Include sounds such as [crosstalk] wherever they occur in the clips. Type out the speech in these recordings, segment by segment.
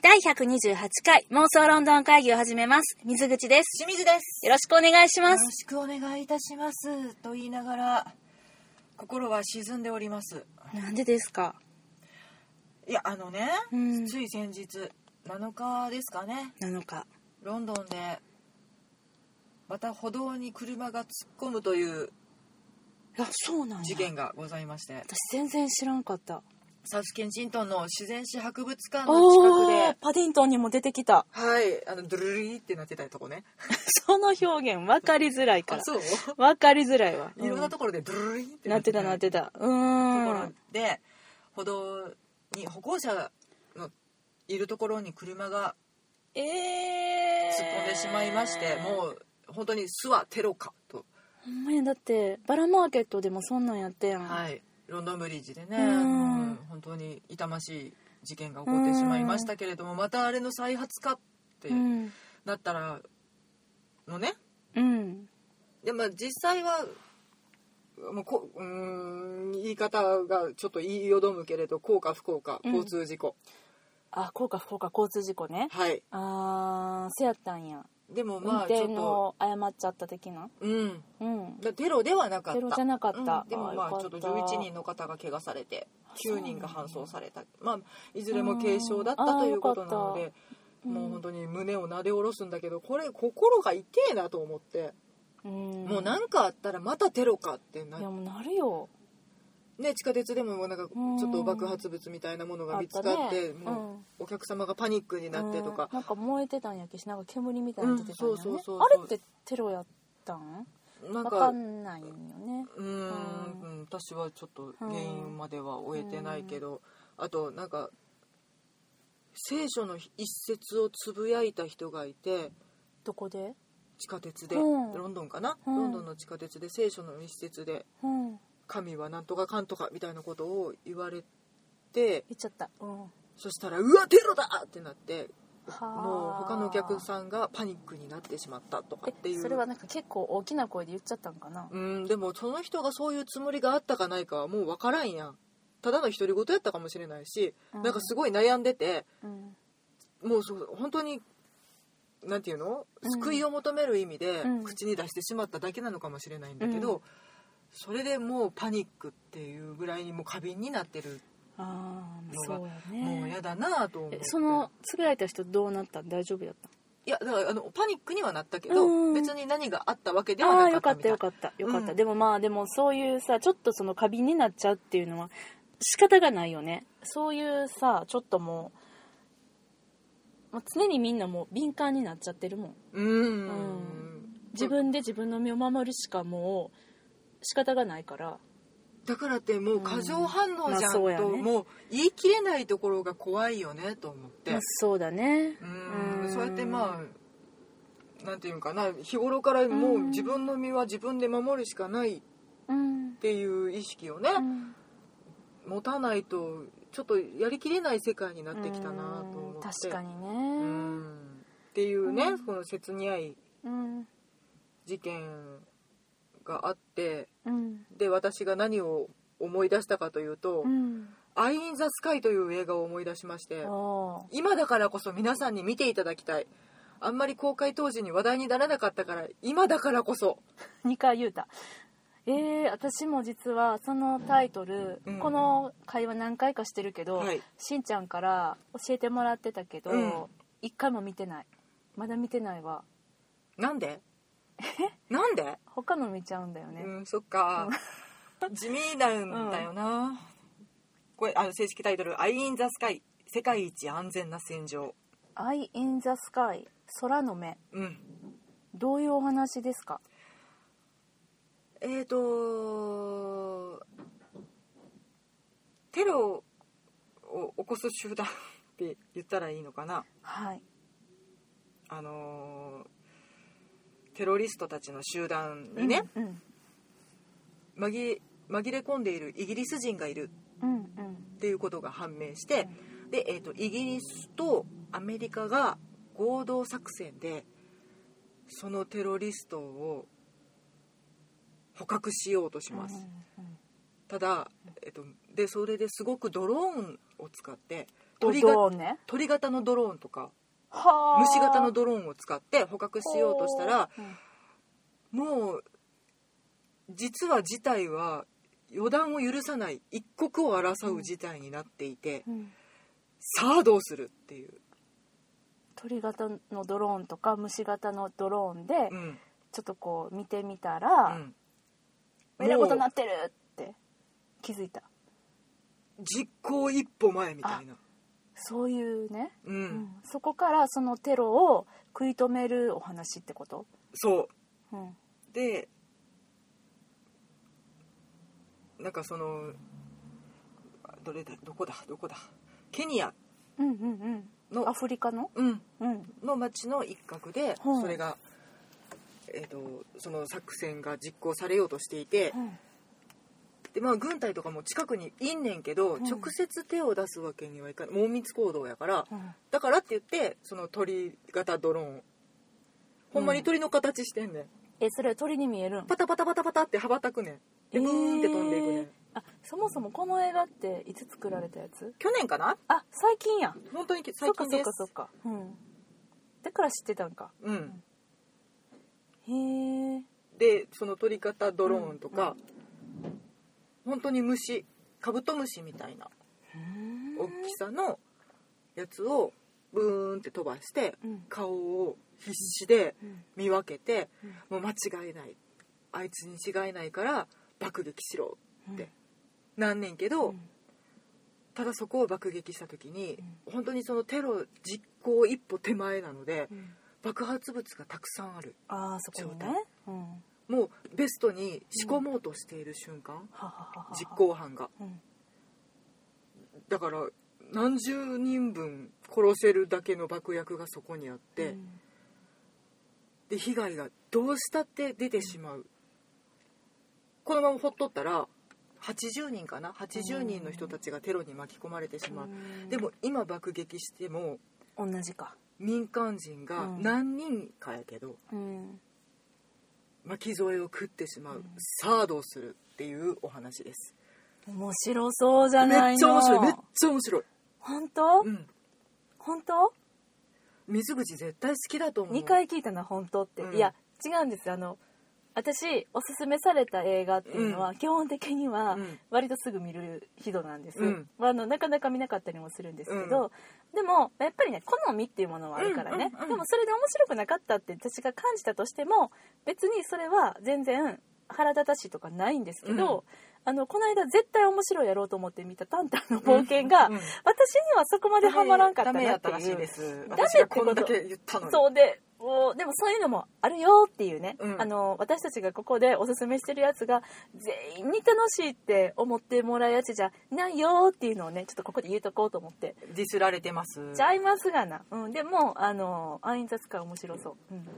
第128回妄想ロンドン会議を始めます。水口です。清水です。よろしくお願いしよまろす。しくお願いいたします。と言いながら、心は沈んでおります。なんでですかいや、あのね、うんつい先日、7日ですかね、なのか。ロンドンで、また歩道に車が突っ込むというあ、そうなんだ。事件がございまして、私全然知らんかった。サウスケンジントンの自然史博物館の近おくーで、パディントンにも出てき [laughs] た。はい、あの、ドゥルルリーってなってたとこね。その表現分かりづらいかあ、 [laughs] ら。そう分かりづらいわ。いろんなとところでドゥルルリーってなってたなってた。うとこーろん。で歩道に歩行者のいるところに車がえ突えっ込んでしまいまして、もう。う本当に「巣はテロか」と、ほんまにだって、バラマーケットでもそんなんやってやん。はい、ロンドンブリッジでね、うんうん本当に痛ましい事件が起こってしまいましたけれども、またあれの再発かってうん。なったらのねうん。でまあ実際はもうこうーん言い方がちょっと言いよどむけれど幸か不幸かうん交通事故、あ、こうか不幸か交通事故ね。はいあー、せやったんや。でも運まあちょ転っとの誤っちゃった的な。うんうん。だテロではなかったテロじゃなかったうんでもあまよあかっちたょっと11人の方が怪我されてそうな9んだ人が搬送されたまあいずれも軽傷だったということなのうんあーよでたもう本当に胸をなで下ろすんだけどこれ心が痛えなと思って、うん。もう何かあったらまたテロかってないやもうなるよ。ね、地下鉄でもなんかちうんょっと爆発物みたいなものが見つかあっったてねもうお客様がパニックになってとかうんなんか燃えてたんやけしなんか煙みたいなの出てたんやね、うんそうそうそうそうあれってテロやったんなんわかかんないんよねうーん、うん、私はちょっと原因までは終えてないけど、あとなんか聖書の一節をつぶやいた人がいてどこで地下鉄で、うんロンドンかな、うんロンドンの地下鉄で聖書の一節でうん行「神はなんとかかんとか」みたいなことを言われてっちゃったうんはそしたら「うわテロだ!」ってなってあもう他のお客さんがパニックになってしまったとかっていえうそれはなんか結構大きな声で言っちゃったんかな、うんでもその人がそういうつもりがあったかないかはもう分からんやんただの独り言やったかもしれないし、うんなんかすごい悩んでてうんもうそう本当になんていうのうん救いを求める意味でうん口に出してしまっただけなのかもしれないんだけど、うんそれでもうパニックっていうぐらいにもう過敏になってる、ああのそがうやもうねやだなぁと思っえてそのつぶやいた人どうなったん大丈夫だったいやだからあのパニックにはなったけど、うん別に何があったわけではああーなよかかっったたみたいよかったよかった、うんでもまあでもそういうさちょっとその過敏になっちゃうっていうのは仕方がないよねそういうさちょっともうもう常にみんなもう敏感になっちゃってるもんうん自分で自分の身を守るしかもう仕方がないからだからってもう過剰反応じゃんと、うんまあそうやねもう言い切れないところが怖いよねと思って、まあそうだねうんうんそうやってまあなんていうんかな日頃からもう自分の身は自分で守るしかないっうん、ていう意識をね、うん持たないとちょっとやりきれない世界になってきたなと思って確かにねうんっていうね、うんこの切に合いうん事件があってうんで私が何を思い出したかというと「うんアイ・イン・ザ・スカイ」という映画を思い出しまして。あ今だからこそ皆さんに見ていただきたいあんまり公開当時に話題にならなかったから今だからこそ2回言うたえー、私も実はそのタイトル、うんこの会話何回かしてるけど、はいしんちゃんから教えてもらってたけど、うん1回も見てないまだ見てないわなんでなんで、他の見ちゃうんだよね、うんそっか地味なんだよな、これあの正式タイトル「アイ・イン・ザ・スカイ世界一安全な戦場アイ・イン・ザ・スカイ空の目」うんどういうお話ですかえーとテロを起こす集団って言ったらいいのかなはいあのーテロリストたちの集団にね、うんうん紛紛れ込んでいるイギリス人がいるうんっていうことが判明して、で、えー、とイギリスとアメリカが合同作戦でそのテロリストを捕獲しようとしうんます、うんうんただ、えー、とでそれですごくドローンを使って鳥ドがローンね鳥型のドローンとかはあ虫型のドローンを使って捕獲しようとしたらほううんもう実は事態は予断を許さない一刻を争う事態になっていて、うんさあどうするっていう、鳥型のドローンとか虫型のドローンでうんちょっとこう見てみたうらん「えらいことになってる!」って気づいた実行一歩前みたいな、そういうね、うんうんそこからそのテロを食い止めるお話ってこと、そうんうでなんかそのどれだどこだどこだケニアうんうんうのんアフリカのうん、うんの町の一角ではいそれが、えー、とその作戦が実行されようとしていてうんで、まあ、軍隊とかも近くにいんねんけどうん直接手を出すわけにはいかない隠密行動やからうんだからって言ってその鳥型ドローンほんまに鳥の形してんねんえそれは鳥に見えるんパタパタパタパタって羽ばたくねんでブーンって飛んでいくねん、えーあそもそもこの映画っていつ作られたやつ去年かなあ最近や本当に最近ですそっかそっかそっかうんだから知ってたんかうん、へえでその鳥型ドローンとか、本当に虫カブトムシみたいな大きさのやつをブーンって飛ばしてうん顔を必死でうん見分けてもう間違いないあいつに違いないから爆撃しろってなんねんけどただそこを爆撃した時に本当にそのテロ実行一歩手前なのでうん爆発物がたくさんあるああそこ状ね態うんはもうベストに仕込もうとしている瞬間ははは実行犯がうんだから何十人分殺せるだけの爆薬がそこにあって、うんで被害がどうしたって出てしまうこのままほっとったら80人かな80人の人たちがテロに巻き込まれてしまううんでも今爆撃しても同じか民間人がうん何人かやけどうん巻き添えを食ってしまうさあどうするっていうお話です面白そうじゃめないのっちゃ面白いめっちゃ面白い本当うん本当水口絶対好きだと思う2回聞いたな本当って、うんいや違うんですあの私おすすめされた映画っていうのは、基本的にはうん割とすぐ見る人なんです、うんまああのなかなか見なかったりもするんですけど、でもやっぱりね好みっていうものはあるからね、うんうんうんでもそれで面白くなかったって私が感じたとしても別にそれは全然腹立たしいとかないんですけど、あのこの間絶対面白いやろうと思って見た「タンタンの冒険」が、うんう私んにはそこまでハマらんかったダメやなっってたらしいいうですダメ私がこんだけ言ったのにそうでもうでもそういうのもあるよっていうね、うんあの私たちがここでおすすめしてるやつが全員に楽しいって思ってもらうやつじゃないよっていうのをねちょっとここで言うとこうと思って、ディスられてますちゃいますがな、うん、でもあの暗印雑感面白そう、うん、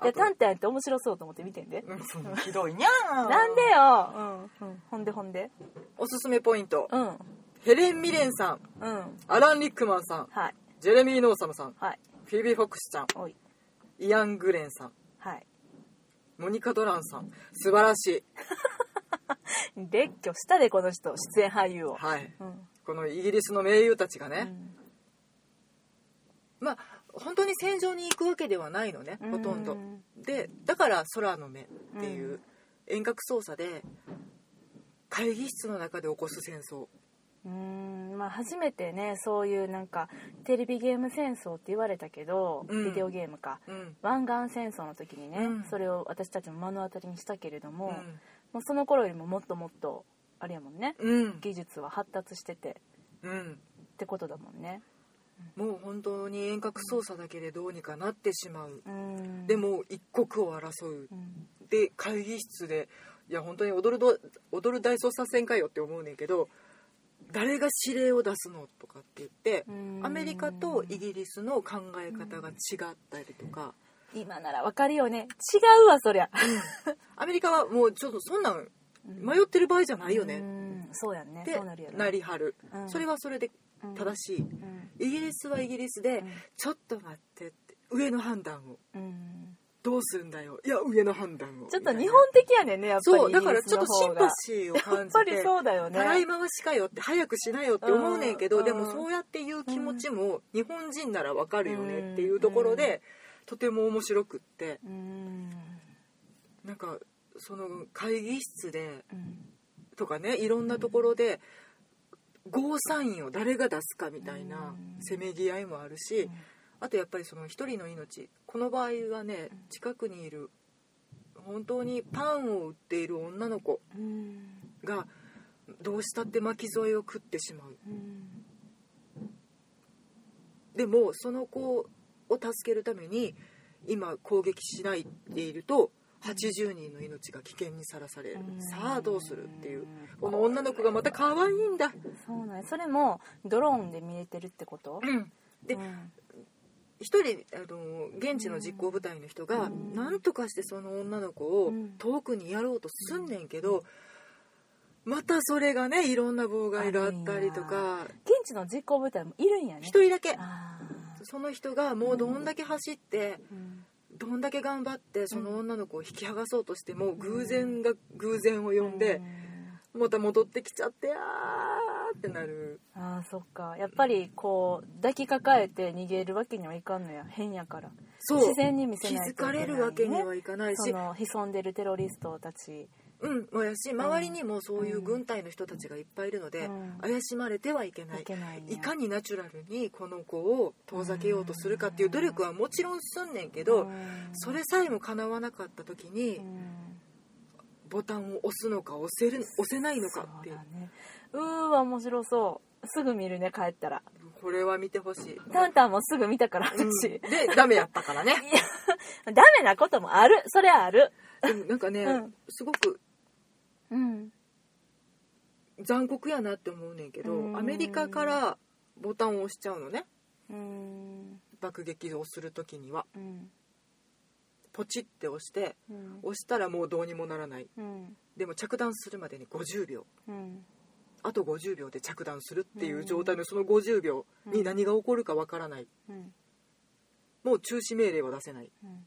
あでとタンタンって面白そうと思って見てんで、うんそのひどいにゃーなんでよ、うんうん、ほんでほんでおすすめポイントうんうんヘレン・ミレンさんアラン・リックマンさんはいジェレミー・ノーサムさんはいフィービー・フォックスちゃんおいイアン・グレンさんはいモニカ・ドランさん素晴らしい列挙したでこの人出演俳優を、はいうんこのイギリスの名優たちがうね、んまあ本当に戦場に行くわけではないのねほとんうどんでだから空の目っていう遠隔操作で会議室の中で起こす戦争うーんまあ初めてねそういうなんかテレビゲーム戦争って言われたけど、うんビデオゲームかうん湾岸戦争の時にね、うんそれを私たちも目の当たりにしたけれども、うもうその頃よりももっともっとあれやもんねんうん、技術は発達しててうん、ってことだもんねもう本当に遠隔操作だけでどうにかなってしまううーんで、も一刻を争ううんで会議室でいや本当に踊るど踊る大捜査線かよって思うねんけど誰が指令を出すのとかって言ってうーんアメリカとイギリスの考え方が違ったりとか今ならわかるよね違うわそりゃアメリカはもうちょっとそんなん迷ってる場合じゃないようねーんそうやんねってそうなるよねなりはるうんそれはそれで正しいうんイギリスはイギリスでうんちょっと待ってって上の判断をうんどうするんだよいや上の判断をちょっとみたい日な本的やねんねやっぱりそうだからちょっとシンパシーをーや感っじぱてりそうだよねたらい回しかよって早くしなよって思うねんけど、うんでもそうやって言う気持ちも日本人ならわかるよねっていうところで、とても面白くってうんなんかその会議室でうんとかねいろんなところでゴーサインを誰が出すかみたいなうんせめぎ合いもあるし、あとやっぱりその一人の命この場合はね近くにいる本当にパンを売っている女の子うんがどうしたって巻き添えを食ってしまううんでもその子を助けるために今攻撃しないでいると80人の命が危険にさらされるさあどうするっていうこの女の子がまた可愛いんだ、そうなんやそれもドローンで見れてるってことでうん一人あの現地の実行部隊の人がうん何とかしてその女の子うをん遠くにやろうとすんねんけどまたそれがねいろんな妨害があったりとか現地の実行部隊もいるんやね一人だけあその人がもうどんだけ走ってーうんどんだけ頑張ってその女の子を引き剥がそうとしても偶然が偶然を呼んでまた戻ってきちゃってあーってなるあーそっかやっぱりこう抱きかかえて逃げるわけにはいかんのや変やからそう自然に見せ気ないとづいけなかい、ね、れるわけにはいかないそしの潜んでるテロリストたちうんもやし周りにもそういう軍隊の人たちがいっぱいいるのでうん怪しまれてはいけないいけないんやいかにナチュラルにこの子を遠ざけようとするかっていう努力はもちろんすんねんけうどんそれさえも叶わなかった時にうんボタンを押すのか押せる押せないのかっていうそうだねうーわ面白そうすぐ見るね帰ったらこれは見てほしい。タンタンもすぐ見たから私、うんい [laughs] でダメやったからねやダメなこともあるそれはあるでもなんか [laughs] ね、うんすごくうん残酷やなって思うねんけどうんアメリカからボタンを押しちゃうのねうん爆撃をする時にはうんポチって押してうん押したらもうどうにもならないうんでも着弾するまでに50秒うんあと50秒で着弾するっていううん状態のその50秒に何が起こるかわからないうんもう中止命令は出せないうん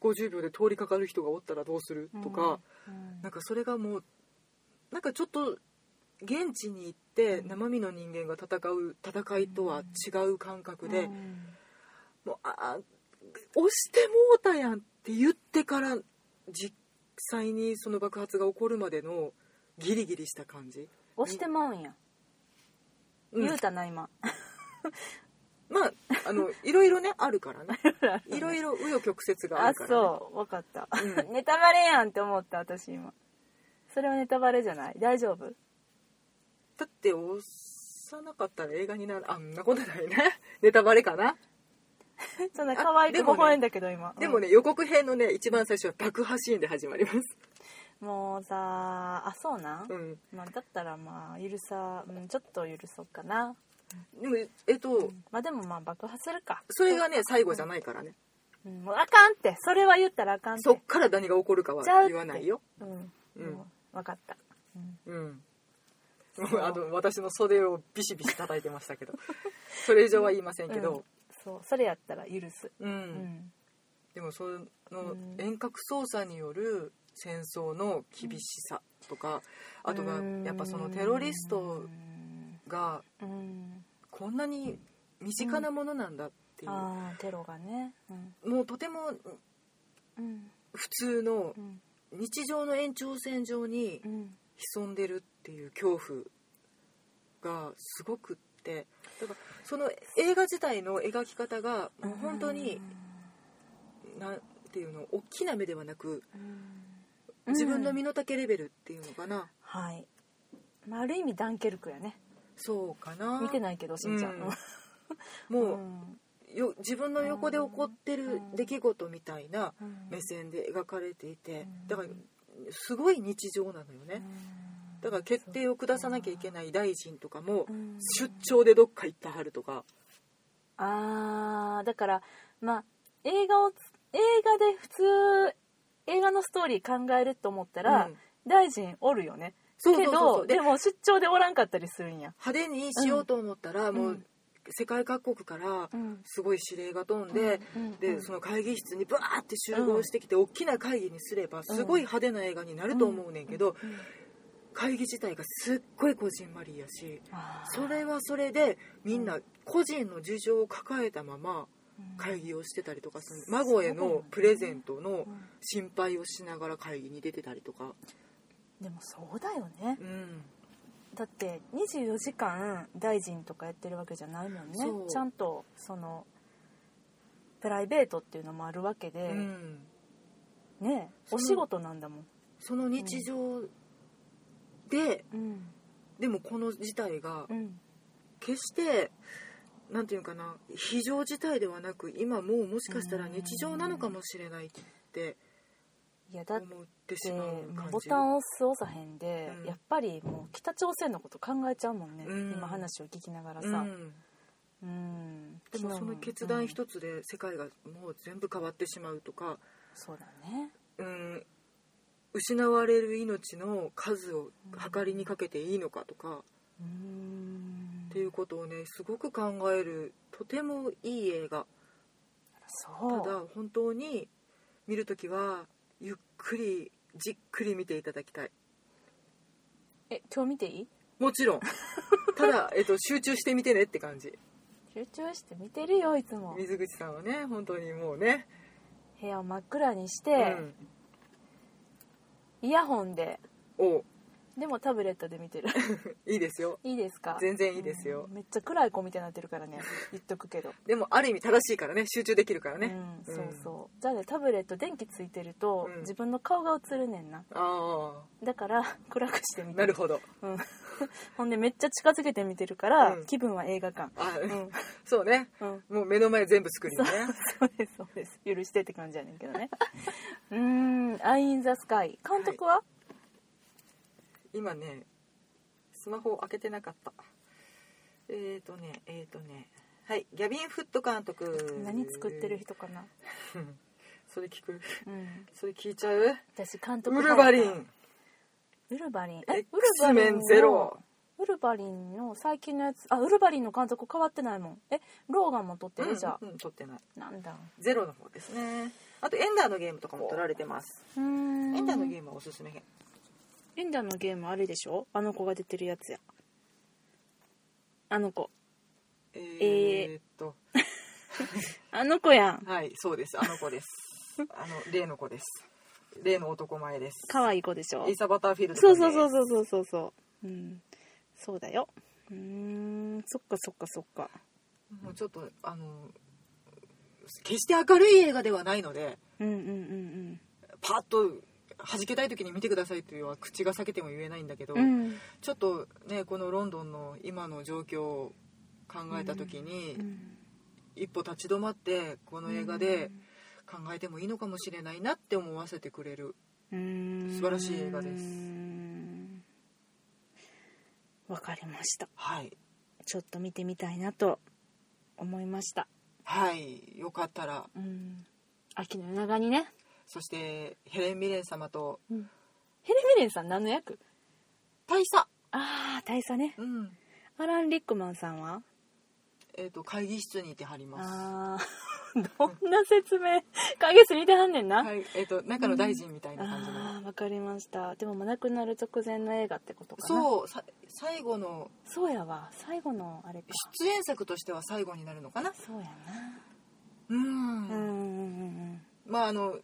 50秒で通りかかる人がおったらどうするとか、うんなんかそれがもうなんかちょっと現地に行って生身の人間が戦う戦いとは違う感覚で、うんもうああ押してもうたやんって言ってから実際にその爆発が起こるまでのギリギリした感じ、押してまうんや、うん言うたな今まああ [laughs] のいろいろねあるからねいろいろ紆余曲折がああるから、ね、そう分かった、う [laughs] ネタバレやんって思った私今それはネタバレじゃない大丈夫だって押さなかったら映画になるあんなことないね [laughs] ネタバレかなそんな可愛く微あでもね笑んだけど今でもね、ね予告編のね一番最初は爆破シーンで始まりますうんもうさあそうなん、うんまあ、だったらまあ許さ、うん、ちょっと許そうかなでもえっとまあでもまあ爆破するか、それがね最後じゃないからねうん、もうあかんってそれは言ったらあかんってそっから何が起こるかはちゃうって言わないようん、うんもう分かった、うんうんそうあの私の袖をビシビシ叩いてましたけ [laughs] どそれ以上は言いませんけうんどそうそれやったら許すうん、うんでもそのん遠隔操作による戦争の厳しさとか、あとがやっぱそのテロリストがうんこんなに身近なものなんだっていう、ああテロがねうんもうとてもうん普通のうん日常の延長線上にうん潜んでるっていう恐怖がすごくってだからその映画自体の描き方がもう本当になんていうの大きな目ではなくうん自分の身の丈レベルっていうのかなはい、まあ、ある意味ダンケルクやねそうかな見てないけどしんちゃん、うんうもんうよ自分の横で起こってる出来事みたいなうん目線で描かれていてうんだからすごい日常なのよねだから決定を下さなきゃいけない大臣とかもうん出張でどっか行ってはるとかあーだからまあ映画をつ映画で普通映画のストーリー考えると思ったら、うん大臣おるよねそうそうそうそうけどでも出張でおらんかったりするんや派手にしようと思ったら、んもううん世界各国からうんすごい指令が飛んで、うんでその会議室にバーって集合してきて、大きな会議にすればすごい派手な映画になると思うねんけうど、ん会議自体がすっごいこじんまりやしあーそれはそれでみんな個人の事情を抱えたままうん会議をしてたりとかする孫へのプレゼントの心配をしながら会議に出てたりとか。でもそうだよねうんだって24時間大臣とかやってるわけじゃないもんそねうちゃんとそのプライベートっていうのもあるわけで、うんねそおの仕事なんだもん、その日常で、うんでもこの事態がうん決してなんていうかな非常事態ではなく今もうもしかしたら日常なのかもしれないっていやだ思っってしてまうも感うじボタン押す押さへんで、うんやっぱりもう北朝鮮のこと考えちゃうもんね、うん今話を聞きながらうさ、んうんでもその決断一つで世界がもう全部変わってしまうとか、そうだねうん、失われる命の数を計りにかけていいのかとかうんっていうことをねすごく考えるとてもいい映画そうただ本当に見るときはゆっくりじっくり見ていただきたいえ今日見ていいもちろ [laughs] んただ、えっと、集中して見てねって感じ集中して見てるよいつも水口さんはね本当にもうね、部屋を真っ暗にして、イヤホンでうん、おでもタブレットで見 [laughs] てるいいですよいいですか全然いいですようんめっちゃ暗い子みたいになってるからね言っとくけどでもある意味正しいからね集中できるからね、うん、そうそうじゃあねタブレット電気ついてると、うん自分の顔が映るねんなあだから [laughs] 暗くしてあみてなるほどうん、 [laughs] ほんでめっちゃ近づけて見てるから、うん気分は映画館あ、うんそうねうんもう目の前全部スクリーンねそうですそうです許してって感じやねんけどね [laughs] うーん「アイ・イン・ザ・スカイ」監督は、今ねスマホを開けてなかったえっ、ー、とねえっ、ー、とねはいギャビン・フット監督何作ってる人かな、それ聞くうん、それ聞いちゃう私監督ウルバリ入ったンウルバリン。え、ウルバ X リメンンのゼロ。ウルバリンの最近のやつ、あ、ウルバリンの監督変わってないもん。え、ローガンも撮ってるじゃあうん、うん、撮ってないなんだ。ゼロの方ですねあとエンダーのゲームとかも撮られてますうーん。エンダーのーゲームはおすすめ編ム。エンダーのゲームあれでしょあの子が出てるやつや。あの子。えー、っと、あの子やん。はいそうですあの [laughs] 子ですあの例の子です例の男前です可愛い子でしょエイサ・バターフィールドそうそうそううそうそうそうそう。うん。そうだよ。うーん。そっかそっかそっか。もうちょっとあの決して明るい映画ではないのでうんうんうんパッと弾けたい時に見てくださいというのは口が裂けても言えないんだけど、うん。うん。ちょっとねこのロンドンの今の状況を考えた時に、うん一歩立ち止まってこの映画で考えてもいいのかもしれないなって思わせてくれるうーん素晴らしい映画ですわかりましたはいちょっと見てみたいなと思いましたはいよかったらうん秋の夜長にね、そしてヘレン・ミレン様とヘレミレンさん何の役大佐ああ大佐ねうんアラン・リックマンさんはえー、と会議室にいてはりますあーどんな説明会議室にいてはんねんな、はいえー、と中の大臣みたいな感じの、ああわかりましたでももう亡くなる直前の映画ってことかなうそうさ最後のそうやわ最後のあれか出演作としては最後になるのかなそうやうんなうんうんうんうんまああの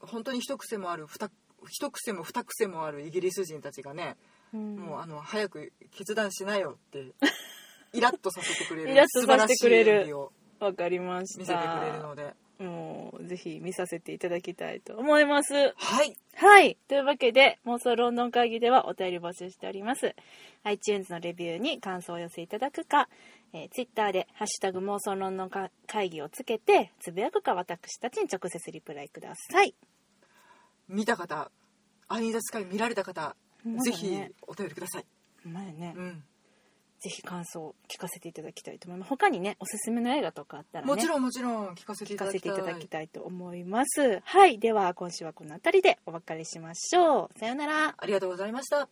本当に一癖もある二一癖も二癖もあるイギリス人たちがね、うんもうあの早く決断しなよって [laughs] イラッとさせてくれるイラッとさせてくれる素晴らしい演技をわかりました見せてくれるのでもうぜひ見させていただきたいと思いますはいはいというわけで妄想ロンドン会議ではお便り募集しております iTunes のレビューに感想をお寄せいただくか、えー、Twitter で「ハッシュタグ妄想ロンドンか会議」をつけてつぶやくか私たちに直接リプライください見た方アイン・ザ・スカイ見られた方、ほんまだねぜひお便りください、うまいね、うんぜひ感想を聞かせていただきたいと思います他にねおすすめの映画とかあったらねもちろんもちろん聞かせて聞いたかだせきてたいいただきたいと思いますはいでは今週はこの辺りでお別れしましょうさようならありがとうございました